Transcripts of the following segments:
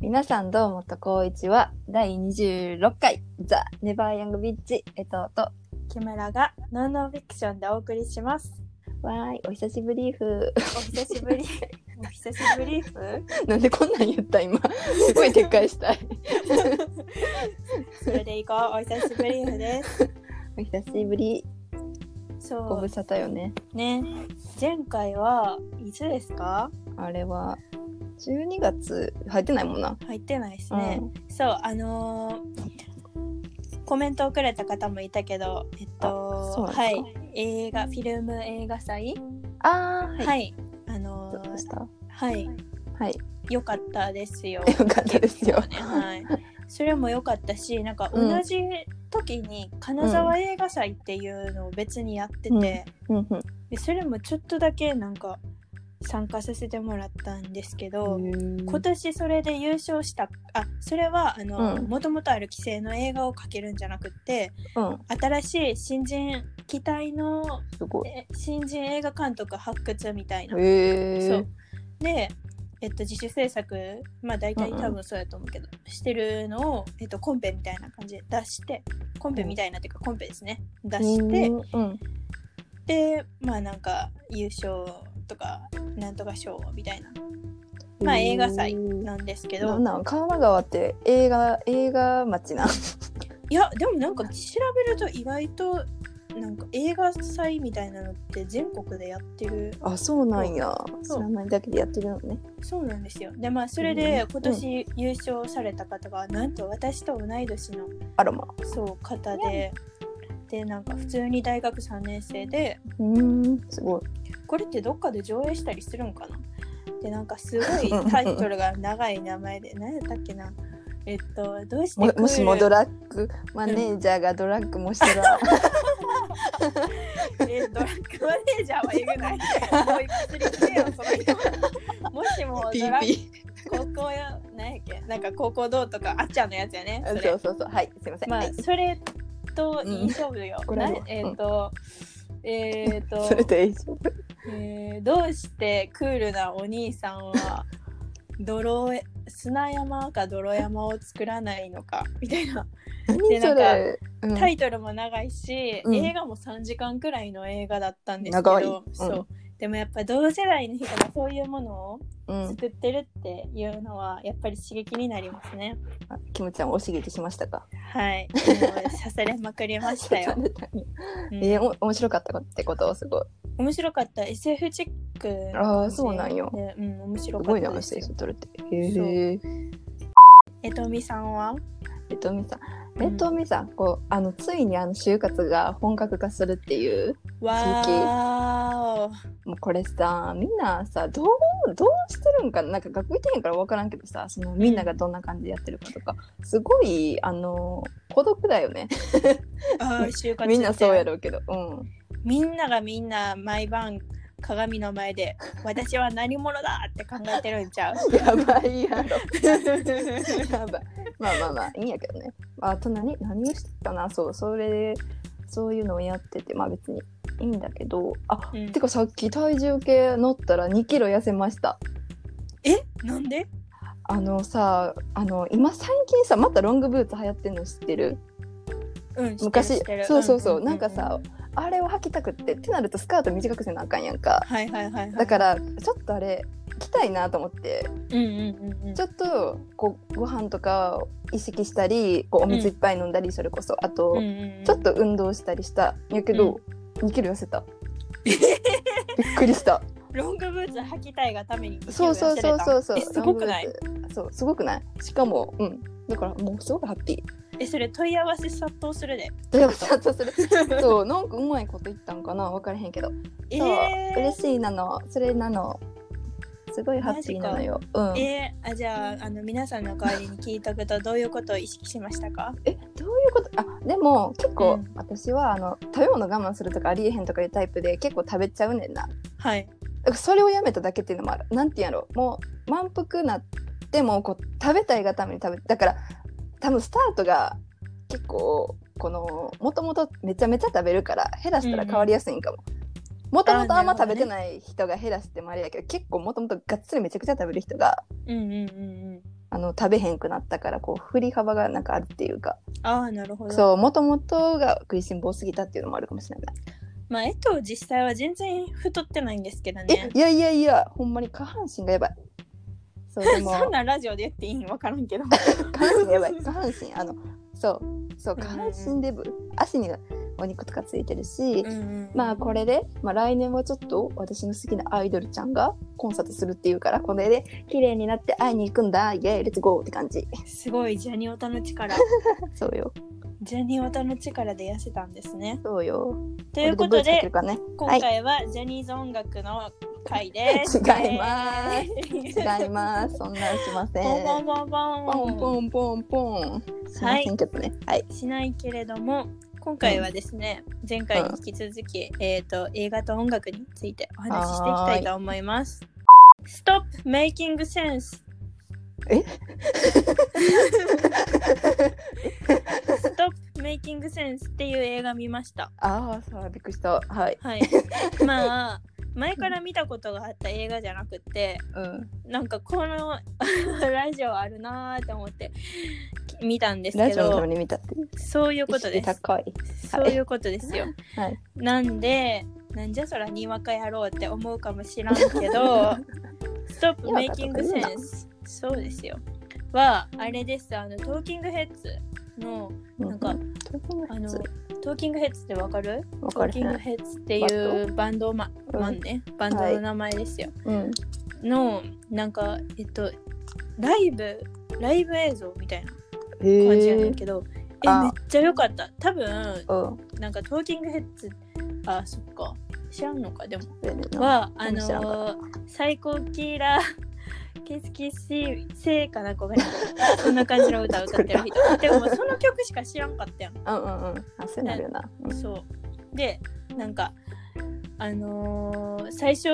皆さんどうもとこういちは第26回ザ・ネバーヤングビッチえとと木村がノンノンフィクションでお送りします。わーいお久しぶりーふお久 しぶり。お久しぶりふ。ー なんでこんなん言った今すごい撤回したい それでいこう。お久しぶりふです。お久しぶりごそ無沙汰よねうね。前回はいつですか？あれは12月入ってないもんな、入ってないですね。そうあのーコメントをくれた方もいたけど、えっあそうとなんですかはい映画フィルム映画祭あはーい、はいあのどうでーしたはいはい 良かったですよ。よかったですよねはい、それも良かったしなんかうん同じ時に金沢映画祭っていうのを別にやってて、うんでうんうんそれもちょっとだけなんか参加させてもらったんですけど、今年それで優勝したあそれはあの、うんもともとある規制の映画をかけるんじゃなくってうん新しい新人期待のすごいえ新人映画監督発掘みたいなへえそうで、えっと、自主制作まあ大体うんうん多分そうやと思うけど、してるのを、えっと、コンペみたいな感じで出してコンペみたいなっていうかコンペですね出して、うんでまあなんか優勝とかなんとか賞みたいなまあ映画祭なんですけなどんなん神奈川って映画映画町なんいやでもなんか調べると意外となんか映画祭みたいなのって全国でやってるあそうなんや知そうらないだけでやってるのねそうなんですよでまあそれうでん今年優勝された方がなんと私と同い年のあらまそう方で、でなんか普通に大学3年生でうーんすごいこれってどっかで上映したりするんかなでなんかすごいタイトルが長い名前で何やったっけなえっとどうしてもクールもしもドラッグマネージャーがドラッグもしたらえドラッグマネージャーはえぐないもう薬切れよその人もしもピドラーッピグ高校や何やっけなんか高校どうとかあっちゃんのやつやねそーれそうそうそうはいすいません、まあはい、それといい勝負よ、うんなこれもえっ、と、えっ、と それで大丈夫えーどうしてクールなお兄さんは泥へ砂山か泥山を作らないのかみたいな何それうんタイトルも長いし、うん映画も3時間くらいの映画だったんですけど、長いうんそうでもやっぱ同世代の人がそういうものをうん作ってるっていうのはやっぱり刺激になりますねあキムちゃんお刺激しましたか はいもう刺されまくりましたよ、うんえー、お面白かったってことすごい面白かった SF チックな感じあーそうなんよでうん面白すかごっいたなです成よ長取れてへええとみさんはえっとみさんうんえっとみさんこうあのついにあの就活が本格化するっていうわ ーおもうこれさみんなさどうどうしてるんかななんか学校行ってへんから分からんけどさそのみんながどんな感じでやってるかとかすごいあの孤独だよねあー就活ってみんなそうやろうけどうんみんながみんな毎晩鏡の前で「私は何者だ!」って考えてるんち ゃうやばいやろやばいまあまあまあいいんやけどねあと何何をしてたかなそうそれそういうのをやっててまあ別にいいんだけどあ、うんてかさっき体重計乗ったら2キロ痩せましたえなんであのさあの今最近さまたロングブーツ流行ってんの知ってるうん知ってる知昔ってるそうそうそう,、んんんなんかさあれを履きたくってってなるとスカート短くせなあかんやんかはいはいはいはいだからちょっとあれ着たいなと思ってうんうんうんうんちょっとこうご飯とかを意識したりこうお水いっぱい飲んだりそれこそあと、うんうんうんちょっと運動したりしたんやけど、2キロ痩せたびっくりしたロングブーツ履きたいがためにそうそうそうそうそうえすごくないロングブーツそうすごくないしかもうんだからもうすごくハッピー えそれ問い合わせ殺到するでだからちゃんとするそうなんかうまいこと言ったんかな分からへんけどえそう、ー嬉しいなのそれなのすごいハッピーなのよ、うん、ええーあじゃああの皆さんの代わりに聞いとくとどういうことを意識しましたかどういうことあでも結構、うん私はあの食べ物我慢するとかありえへんとかいうタイプで結構食べちゃうねんなだはいからそれをやめただけっていうのもあるなんていうんやろもう満腹なってもこう食べたいがために食べだから多分スタートが結構このもともとめちゃめちゃ食べるから減らしたら変わりやすいんかも。もともとあんま食べてない人が減らしてもあれやけど結構もともとがっつりめちゃくちゃ食べる人がうんうんうんうんあの食べへんくなったからこう振り幅がなんかあるっていうかああなるほどそうもともとが食いしん坊すぎたっていうのもあるかもしれない、まあえと実際は全然太ってないんですけどねえいやいやいやほんまに下半身がやばいそうでも そんなんラジオで言っていいん分からんけど下半身やばい下半身あのそうそう下半身デブ、足にお肉とかついてるし、うんうんまあこれで、まあ、来年はちょっと私の好きなアイドルちゃんがコンサートするっていうからこれで綺麗になって会いに行くんだイエーイレッツゴーって感じすごいジャニオタの 力そうよジャニオタの力で痩せたんですねそうよということれでブーツ履けるからね今回はジャニーズ音楽の回で す、違いますす違いますそんなんしませ ボンボンんボンポンポンポンポンしませんけどねはい、しないけれども今回はですね、前回に引き続き、えー、と映画と音楽についてお話ししていきたいと思います。Stop making sense! え Stop making sense っていう映画見ました。ああさあびっくりしたはい はい。まあ前から見たことがあった映画じゃなくてうんなんかこの ラジオあるなーって思って見たんですラけジオのたどめに見たっていうそういうこと意識です。高いそういうことですよ。はいなんで、なんじゃそらにわかやろうって思うかもしらんけ ど、ストップメイキングセンス、そうですよ。は、あれです、あの、トーキングヘッズの、なんかうトーキングヘあッのズ、トーキングヘッズってわかるわトかーるキングヘッズっていうバンドマうんマンね、バンドの名前ですよ。うんの、なんか、えっと、ライブ、ライブ映像みたいな感じやねへえんけど、え、あめっちゃ良かった。多分、うんなんかトーキングヘッズあそっか知らんのかでもそうやねんなはあでも知らんかのー、最高キラーケスキシ聖かな ごめんなさいそんな感じの歌を歌ってる人でもその曲しか知らんかったやんうんうんうん。あ、そうなるよな。うんそうでなんかあのー最初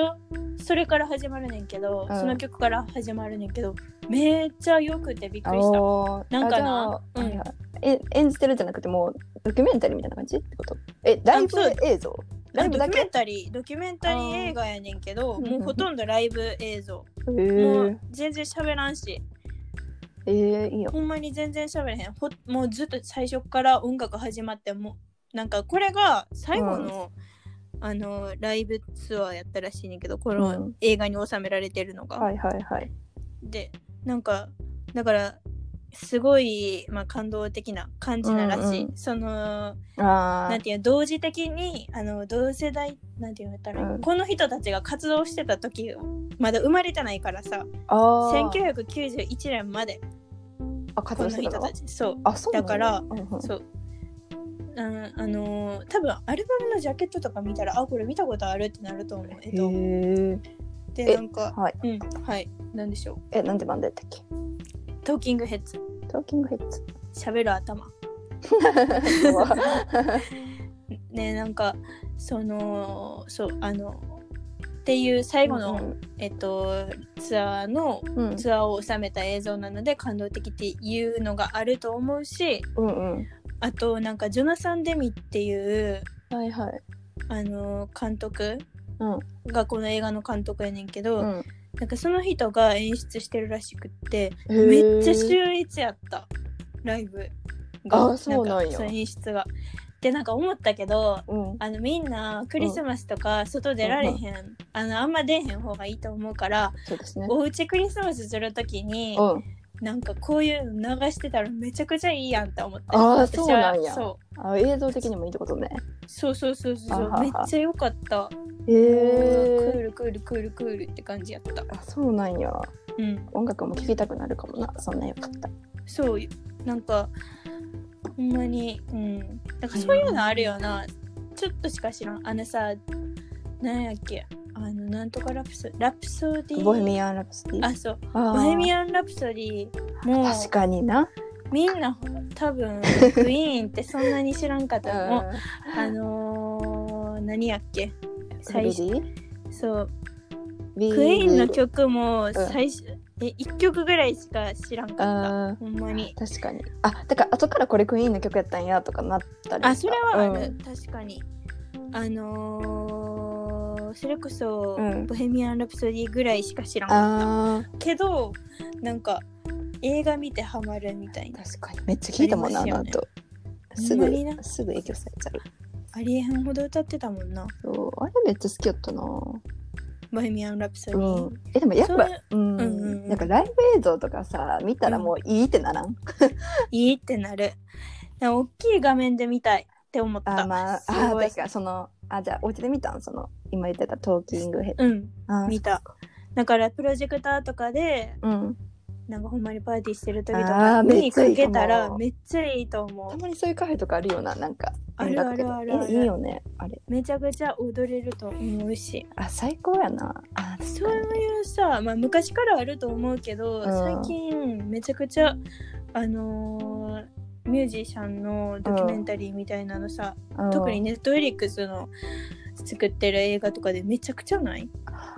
それから始まるねんけど、うんその曲から始まるねんけどめっちゃよくてびっくりしたおーなんかなあじゃあうんはいはいえ演じてるじゃなくてもうドキュメンタリーみたいな感じってことえライブあそう映像ライブドキだュメンけタリードキュメンタリー映画やねんけどあーもうほとんどライブ映像えもーう、全然喋らんし、えー、いいよほんまに全然喋れへん。ほもうずっと最初から音楽始まってもう、なんかこれが最後の、あのライブツアーやったらしいねんけど、こうのん映画に収められてるのが。はいはいはいで、なんか、だから、すごい、まあ、感動的な感じならしい。うんうその、あなんーていうの同時的に、あの、同世代、なんて言ったらいいの、うんこの人たちが活動してた時、まだ生まれてないからさ、あー1991年まであ活こ動のして人たのたちそうあそうなんやだからうんうんそうああのー多分アルバムのジャケットとか見たらあこれ見たことあるってなると思うえっとへでなんかーはいうんはいなんでしょえなんてバンドやったっけうトーキングヘッズトーキングヘッズ喋る頭ねなんかそのそうあのっていう 最後の、えっとツアーのうんうんツアーを収めた映像なので感動的っていうのがあると思うしうんうんあとなんかジョナサン・デミっていうはいはいあの監督うんがこの映画の監督やねんけど、うんなんかその人が演出してるらしくってへーめっちゃ秀逸やったライブがあそうなんやかその演出が。でなんか思ったけどうんあのみんなクリスマスとか外出られへん、あのあんま出へん方がいいと思うから、そうですねおうちクリスマスする時にうんなんかこういうの流してたらめちゃくちゃいいやんって思ってあー私そはうなんやそあ映像的にもいいってことねうそうそうそうそうあははめっちゃ良かっへたクーえルクールクールクールって感じやった。あそうなんやうん、音楽も聴きたくなるかもなそんなよかったそうなんかほんまに、うん、なんかそういうのあるよな、ちょっとしか知らんあのさなんやっけあのなんとかラプソラプソディボヘミアン・ラプソディあそうあボヘミアアン・ラプソディも確かになうみんな 多分クイーンってそんなに知らんかったと思うあのー、何やっけ最初そうクイーンの曲も最初、え1曲ぐらいしか知らんかっあたほんまに確かにあだから後からこれクイーンの曲やったんやとかなったりあそれはある、うん確かにあのーそれこそ、うんボヘミアン・ラプソディ」ぐらいしか知らんあけどなんか映画見てハマるみたいな確かにめっちゃ聞いたもんな、ありあのますよ後すぐほんまになすぐ影響されちゃうありえへんほど歌ってたもんなそうあれめっちゃ好きやったなボヘミアン・ラプソデうィ、んえでもやっぱそういううんうんうんなんかライブ映像とかさ見たらもういいってならんいいってなるでも大きい画面で見たいって思ったあまああすーごい確かにそのあじゃあお家で見たんその今言ってたトーキングヘッうんドあー見ただからプロジェクターとかでうんなんかほんまにパーティーしてる時とあかーめにっちゃかいいかけもたらめっちゃいいとた思まにそういうカフェとかあるよななんかある音楽とかあるあるあるえいいよねあれうめちゃくちゃ踊れると思うしあ最高やなあ確そうかにいうさ、まあ、昔からあると思うけど、ん最近めちゃくちゃあのーミュージシャンのドキュメンタリーみたいなのさ、うん特にネットフリックスの作ってる映画とかでめちゃくちゃない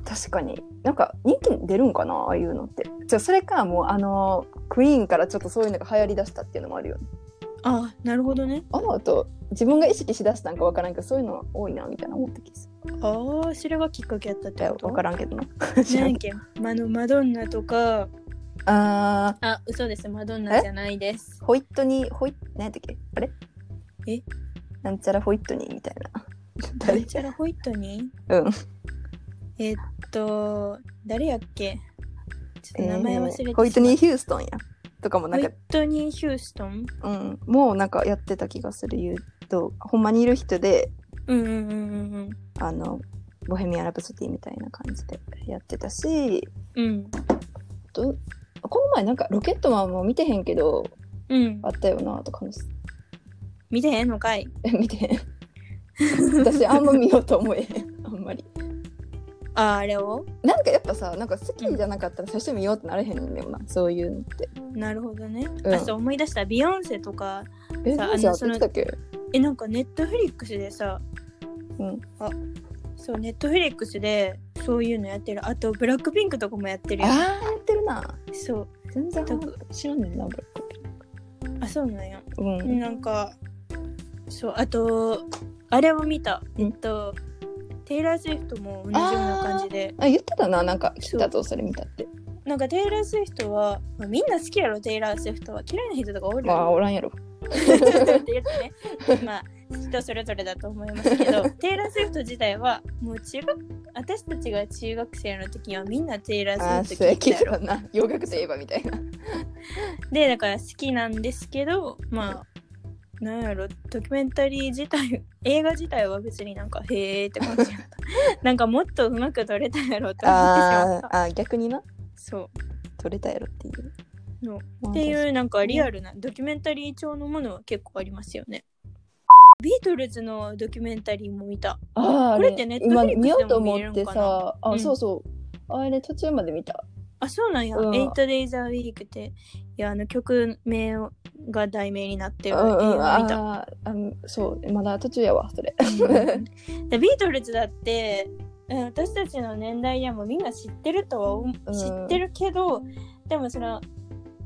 確かになんか人気出るんかなああいうのってじゃあそれかもうあのクイーンからちょっとそういうのが流行りだしたっていうのもあるよねあなるほどねあの後自分が意識しだしたんかわからんけどそういうの多いなみたいな思った気がするああそれがきっかけやったってことわからんけ どな 知らなんんけあのマドンナとかああ嘘ですマドンナじゃないですーホイットニーホイッ何やったっけあれえなんちゃらホイットニーみたいな誰誰ちゃらホイットニーうんえっと誰やっけちょっと名前忘れてしまえっーたホイットニー・ヒューストンやとかもなんホイかッ、トニー・ヒューストンうん、もうなんかやってた気がする言うとほんまにいる人でうんうんうんうんあのボヘミアン・ラプソディみたいな感じでやってたしうんとこの前なんかロケットマンも見てへんけどうんうんあったよなとかも見てへんのかい 見てへん私あんま見ようと思えへんあんまりああれをなんかやっぱさなんか好きじゃなかったら最初見ようってなれへんのよなそういうのってなるほどね、うんあそう思い出したビヨンセとかえさマジあやのっそてのきたっけえなんかネットフリックスでさうんそうネットフリックスでそういうのやってるあとブラックピンクとかもやってるあよーやってるなそう全然知らんねんなブラックピンあそうなんやクうんなんかそうあとあれを見たうんえっとテイラー・スウィフトも同じような感じであ言ってたななんか来たぞそれ見たってなんかテイラー・スウィフトは、まあ、みんな好きやろテイラー・スウィフトは嫌いな人とかおるまあおらんやろちょっとって言ってね まあ人それぞれだと思いますけ どテイラー・スウィフト自体はもう中学私たちが中学生の時はみんなテイラー・スウあーィフそトう聞やいてけたやろどな洋楽といえばみたいなでだから好きなんですけどまあなんやろドキュメンタリー自体映画自体は別になんかへえって感じだった なんかもっとうまく撮れたやろって思ってしまあっーたあー逆になそ撮れたやろっていううのまあっていうなんかリアルなドキュメンタリー調のものは結構ありますよねビートルズのドキュメンタリーも見たああこれってネットフリッ今クスでも見ようと思って見れるのかさあ、うんそうそうあれ途中まで見たあそうなんや「うん 8days a week」っていやあの曲名が題名になってる映うんうん画見た、あーあんそうまだ途中やわそれうん でビートルズだってうん私たちの年代でもみんな知ってるとは思う、うん知ってるけどでもその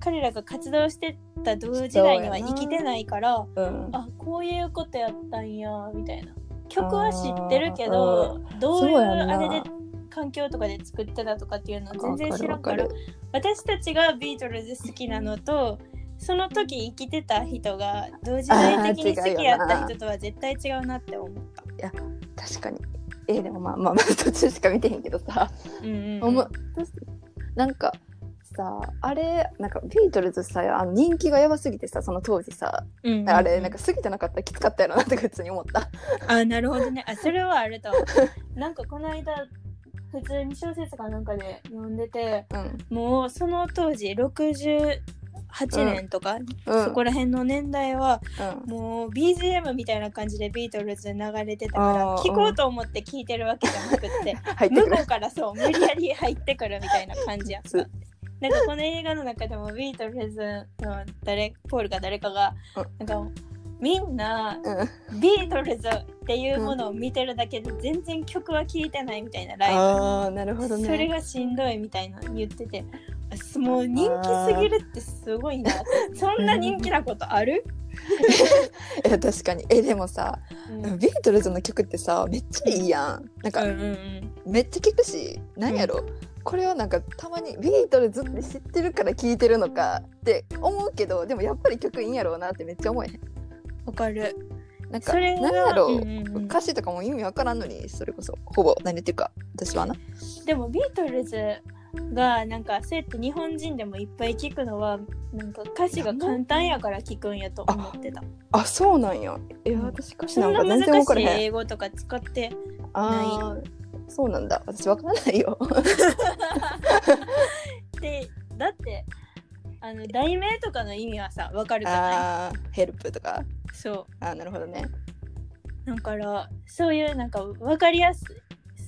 彼らが活動してた同時代にそはうやな生きてないからうんあこういうことやったんやみたいな曲は知ってるけどどういうそうやんなあれで環境とかで作ってたとかっていうの全然知らんからわる私たちがビートルズ好きなのとその時生きてた人が同時代的に好きやった人とは絶対違うなって思った。わかる確かにえーでもまあまあまだ途中しか見てへんけどさ、うんうんおもなんかさあれなんかビートルズさあの人気がやばすぎてさその当時さうんうんうんあれなんか過ぎてなかったらきつかったやろなって普通に思ったあなるほどねあそれはあれだわ なんかこの間普通に小説かなんかで読んでてうん、もうその当時68年とか、うん、そこら辺の年代はうんもう BGM みたいな感じでビートルズ流れてたかあらー聞こうと思って聞いてるわけじゃなく って入って向くるこうからそう無理やり入ってくるみたいな感じやったそうなんかこの映画の中でもビートルズの誰ポールか誰かがなんかみんなうんビートルズっていうものを見てるだけで全然曲は聴いてないみたいなライあ あなるほブ、どねそれがしんどいみたいなの言っててあすもう人気すぎるってすごいなそんな人気なことある、いや確かにえでもさうんビートルズの曲ってさめっちゃいいやんなんうんか、うんうんめっちゃ聴くしなんやろ、これはなんかたまにビートルズって知ってるから聞いてるのかって思うけどでもやっぱり曲いいんやろうなってめっちゃ思えへんわかるなんかそれは何やろう、うんうんうん歌詞とかも意味わからんのにそれこそほぼ何言っていうか私はなでもビートルズがなんかそうやって日本人でもいっぱい聞くのはなんか歌詞が簡単やから聞くんやと思ってたあそうなんやいやうん私歌詞そなんんなか全難然わしからいへん英語とか 使ってあーそうなんだ私わからない よでだってあの題名とかの意味はさわかるじゃなあーヘルプとかいそあーなるほどねうだからそういうなんかわかりやす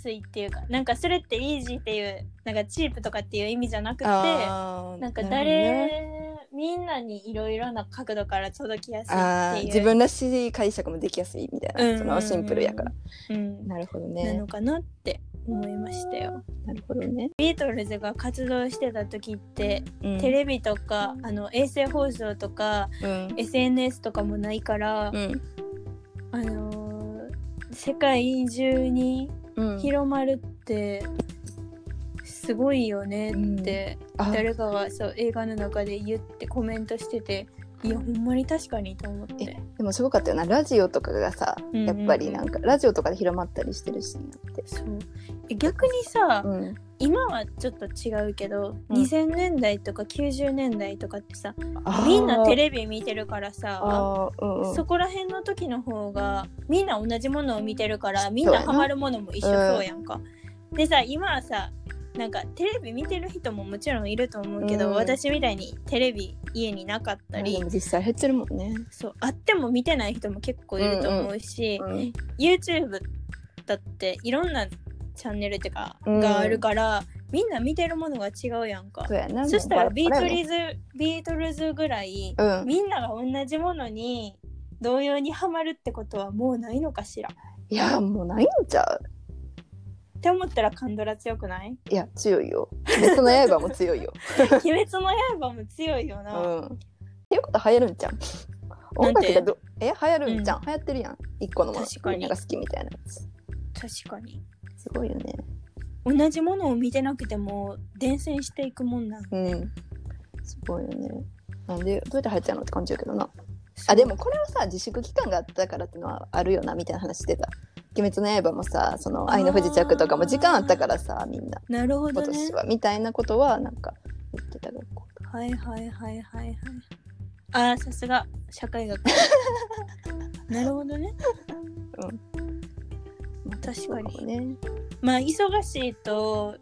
いっていうかなんかそれってイージーっていうなんかチープとかっていう意味じゃなくてあーなんかるほどね誰、みんなにいろいろな角度から届きやすいあってーいう自分らしい解釈もできやすいみたいな、うんそのシンプルやから、うんなるほどなねのかなって思いましたよ。なるほどね、ビートルズが活動してた時って、うんテレビとかあの衛星放送とかうん SNS とかもないから、うんあのー世界中にうん広まるってすごいよねって、あ誰かがそう映画の中で言ってコメントしてていやほんまに確かにと思って。でもすごかったよなラジオとかがさうんうんやっぱりなんか、ラジオとかで広まったりしてるしなって、そうえ逆にさ、うん、今はちょっと違うけど、うん2000年代とか90年代とかってさあーみんなテレビ見てるからさあーうんうんそこら辺の時の方がみんな同じものを見てるからみんそうなやなハマるものも一緒そうやんか。でさ今はさなんかテレビ見てる人ももちろんいると思うけど、うん私みたいにテレビ家になかったり、でも実際減ってるもんね、そうあっても見てない人も結構いると思うし、うん、 YouTube だっていろんなチャンネルとかうんがあるから、みんな見てるものが違うやんかそうやなそしたらビートリルズ、ビートルズぐらい、うんみんなが同じものに同様にハマるってことはもうないのかしらっいやもうないんちゃうて思ったらカンドラ強くない いや強いよ別の刃も強いよ鬼滅の刃も強いよな、うん。っていうことは流行るんじゃん。音楽がどえ流行るんじゃん、流行ってるやん一個のもの確かにみんなが好きみたいなやつ確かにすごいよね同じものを見てなくても伝染していくもんなんうんすごいよねなんでどうやって流行っちゃうのって感じやけどなあでもこれはさ自粛期間があったからってのはあるよなみたいな話してた「鬼滅の刃」もさ「その愛の不時着」とかも時間あったからさみんななるほ今どね年は、みたいなことはなんか言ってた学校はいはいはいはいはい。あーさすが社会 学。なるほどね。まあ確かにそうもねまあ忙しいと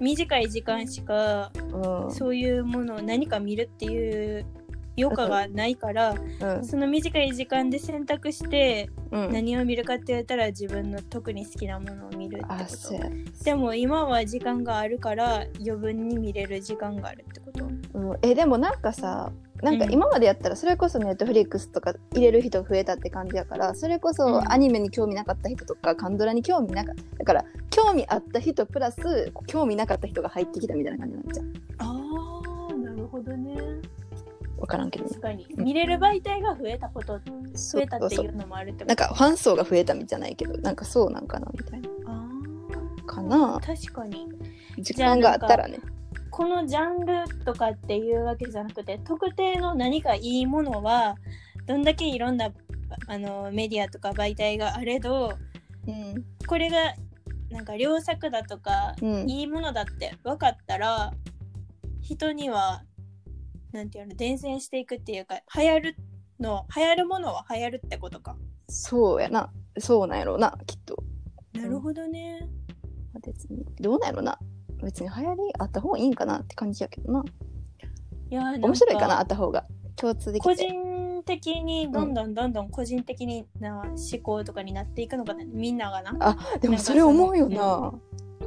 短い時間しかうんそういうものを何か見るっていう余暇がないからその短い時間で選択してうんうん何を見るかって言ったら自分の特に好きなものを見るってあこそうと。やでも今は時間があるから余分に見れる時間があるってこと。うん、えでもなんかさなんかうん今までやったらそれこそネットフリックスとか入れる人が増えたって感じやからそれこうそんアニメに興味なかった人とかカンドラに興味なかっただから興味あった人プラス興味なかった人が入ってきたみたいな感じなんじゃうああなるほどね。分からんけど確かに見れる媒体が増えたことそ増えたってそいうのもあるってなんことかファン層が増えたみたいないけどなんかそうなんかなみたいなあーかな確かに時間があったらねこのジャンルとかっていうわけじゃなくて特定の何かいいものはどんだけいろんなあのメディアとか媒体があれどうんこれがなんか良作だとか、うんいいものだって分かったら人にはなんていうの伝染していくっていうか流行るの流行るものは流行るってことか。そうやなそうなんやろうなきっとなるほどね。別にどうなんやろうな別に流行りあった方がいいんかなって感じやけどないやー面白いかなあった方が共通できて個人的にどんどんどんどん個人的な思考とかになっていくのかなみんながなでもそれ思うよな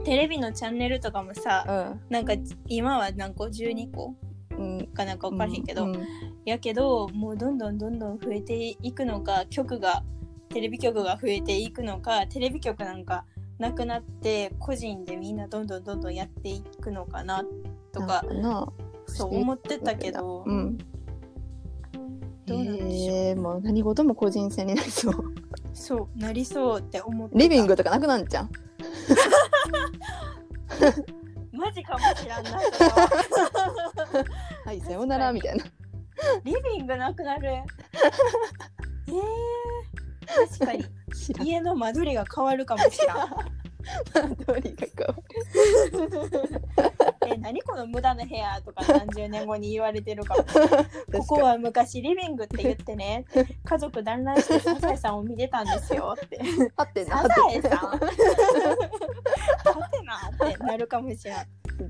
テレビのチャンネルとかもさなんか今は何個12個うん、うん、かなんか分からへんけど、うんやけどもうどんどんどんどん増えていくのか曲がテレビ局が増えていくのかテレビ局なんかなくなって個人でみんなどんどんどんどんやっていくのかなとかなんなそう思ってたけど、うんどうなんでしょうえー、もう何事も個人戦になりそう そうなりそうって思ってたリビングとかなくなんじゃんなみたいなリビングなくな るえー、確かに知らん家の間取りが変わるかもしれなどうにかこう いえ何この無駄な部屋とか何十年後に言われてるかもここ確かは昔リビングって言って ね家族団らんしてサザエさんを見てたんですよ ってに合ってんなサ合ザっエてんさんなはてなってなるかもしれない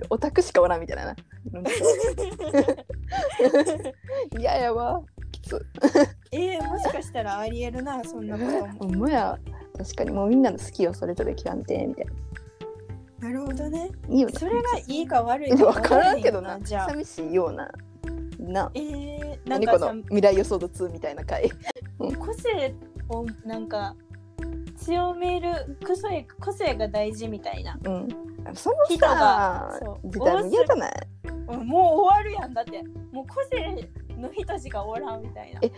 オタクしかおらんみたいなな なんか嫌やわきつえー、もしかしたらありえるなそんなこともほんまや確かにもうみんなの好きをそれぞれ極めてみたいななるほどねいいよなそれがいいか悪い分かから んけどなわへんよじゃあ寂しいようななえー、なん何かこさの未来予想度2みたいな回個性をなんか強める個性個性が大事みたいなうんそ人のがさそう時代も嫌じゃないうんもう終わるやんだってもう個性の人しかおらんみたいなえ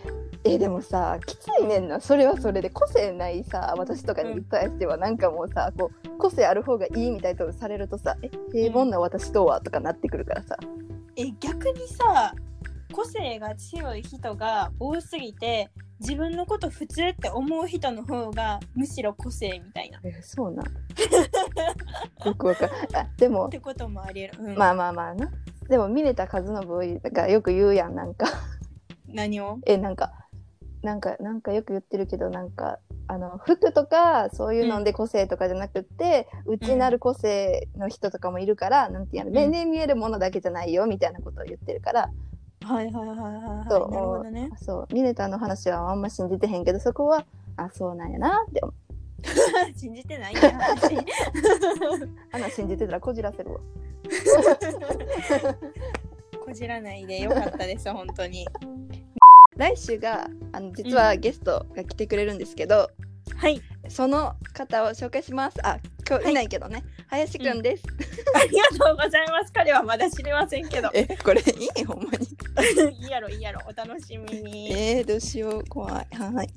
えでもさきついねんなそれはそれで個性ないさ私とかに対してはなんかもうさこう個性ある方がいいみたいとされるとさえ平凡な私とはとかなってくるからさえ逆にさ個性が強い人が多すぎて自分のこと普通って思う人の方がむしろ個性みたいなっえそうなん よくわかるあ でもてこともありえる、うんまあまあまあなでも峰田和信がよく言うやんなんか何をえなんかなんかなんかよく言ってるけどなんかあの服とかそういうので個性とかじゃなくって、うちなる個性の人とかもいるから、なんていうのん目に見えるものだけじゃないよみたいなことを言ってるから、はいはいはいはいはいそうなるほどね あそうミネタの話はあんま信じてへんけどそこはあそうなんやなって思う信じてないんや 私あんなん信じてたらこじらせるわ こじらないでよかったです本当に来週があの実はゲストが来てくれるんですけど、はいその方を紹介しますあ今日いないけどね、林くんです、ありがとうございます彼はまだ知りませんけ どえこれいいほんまにいいやろいいやろお楽しみにえー、どうしよう怖いはい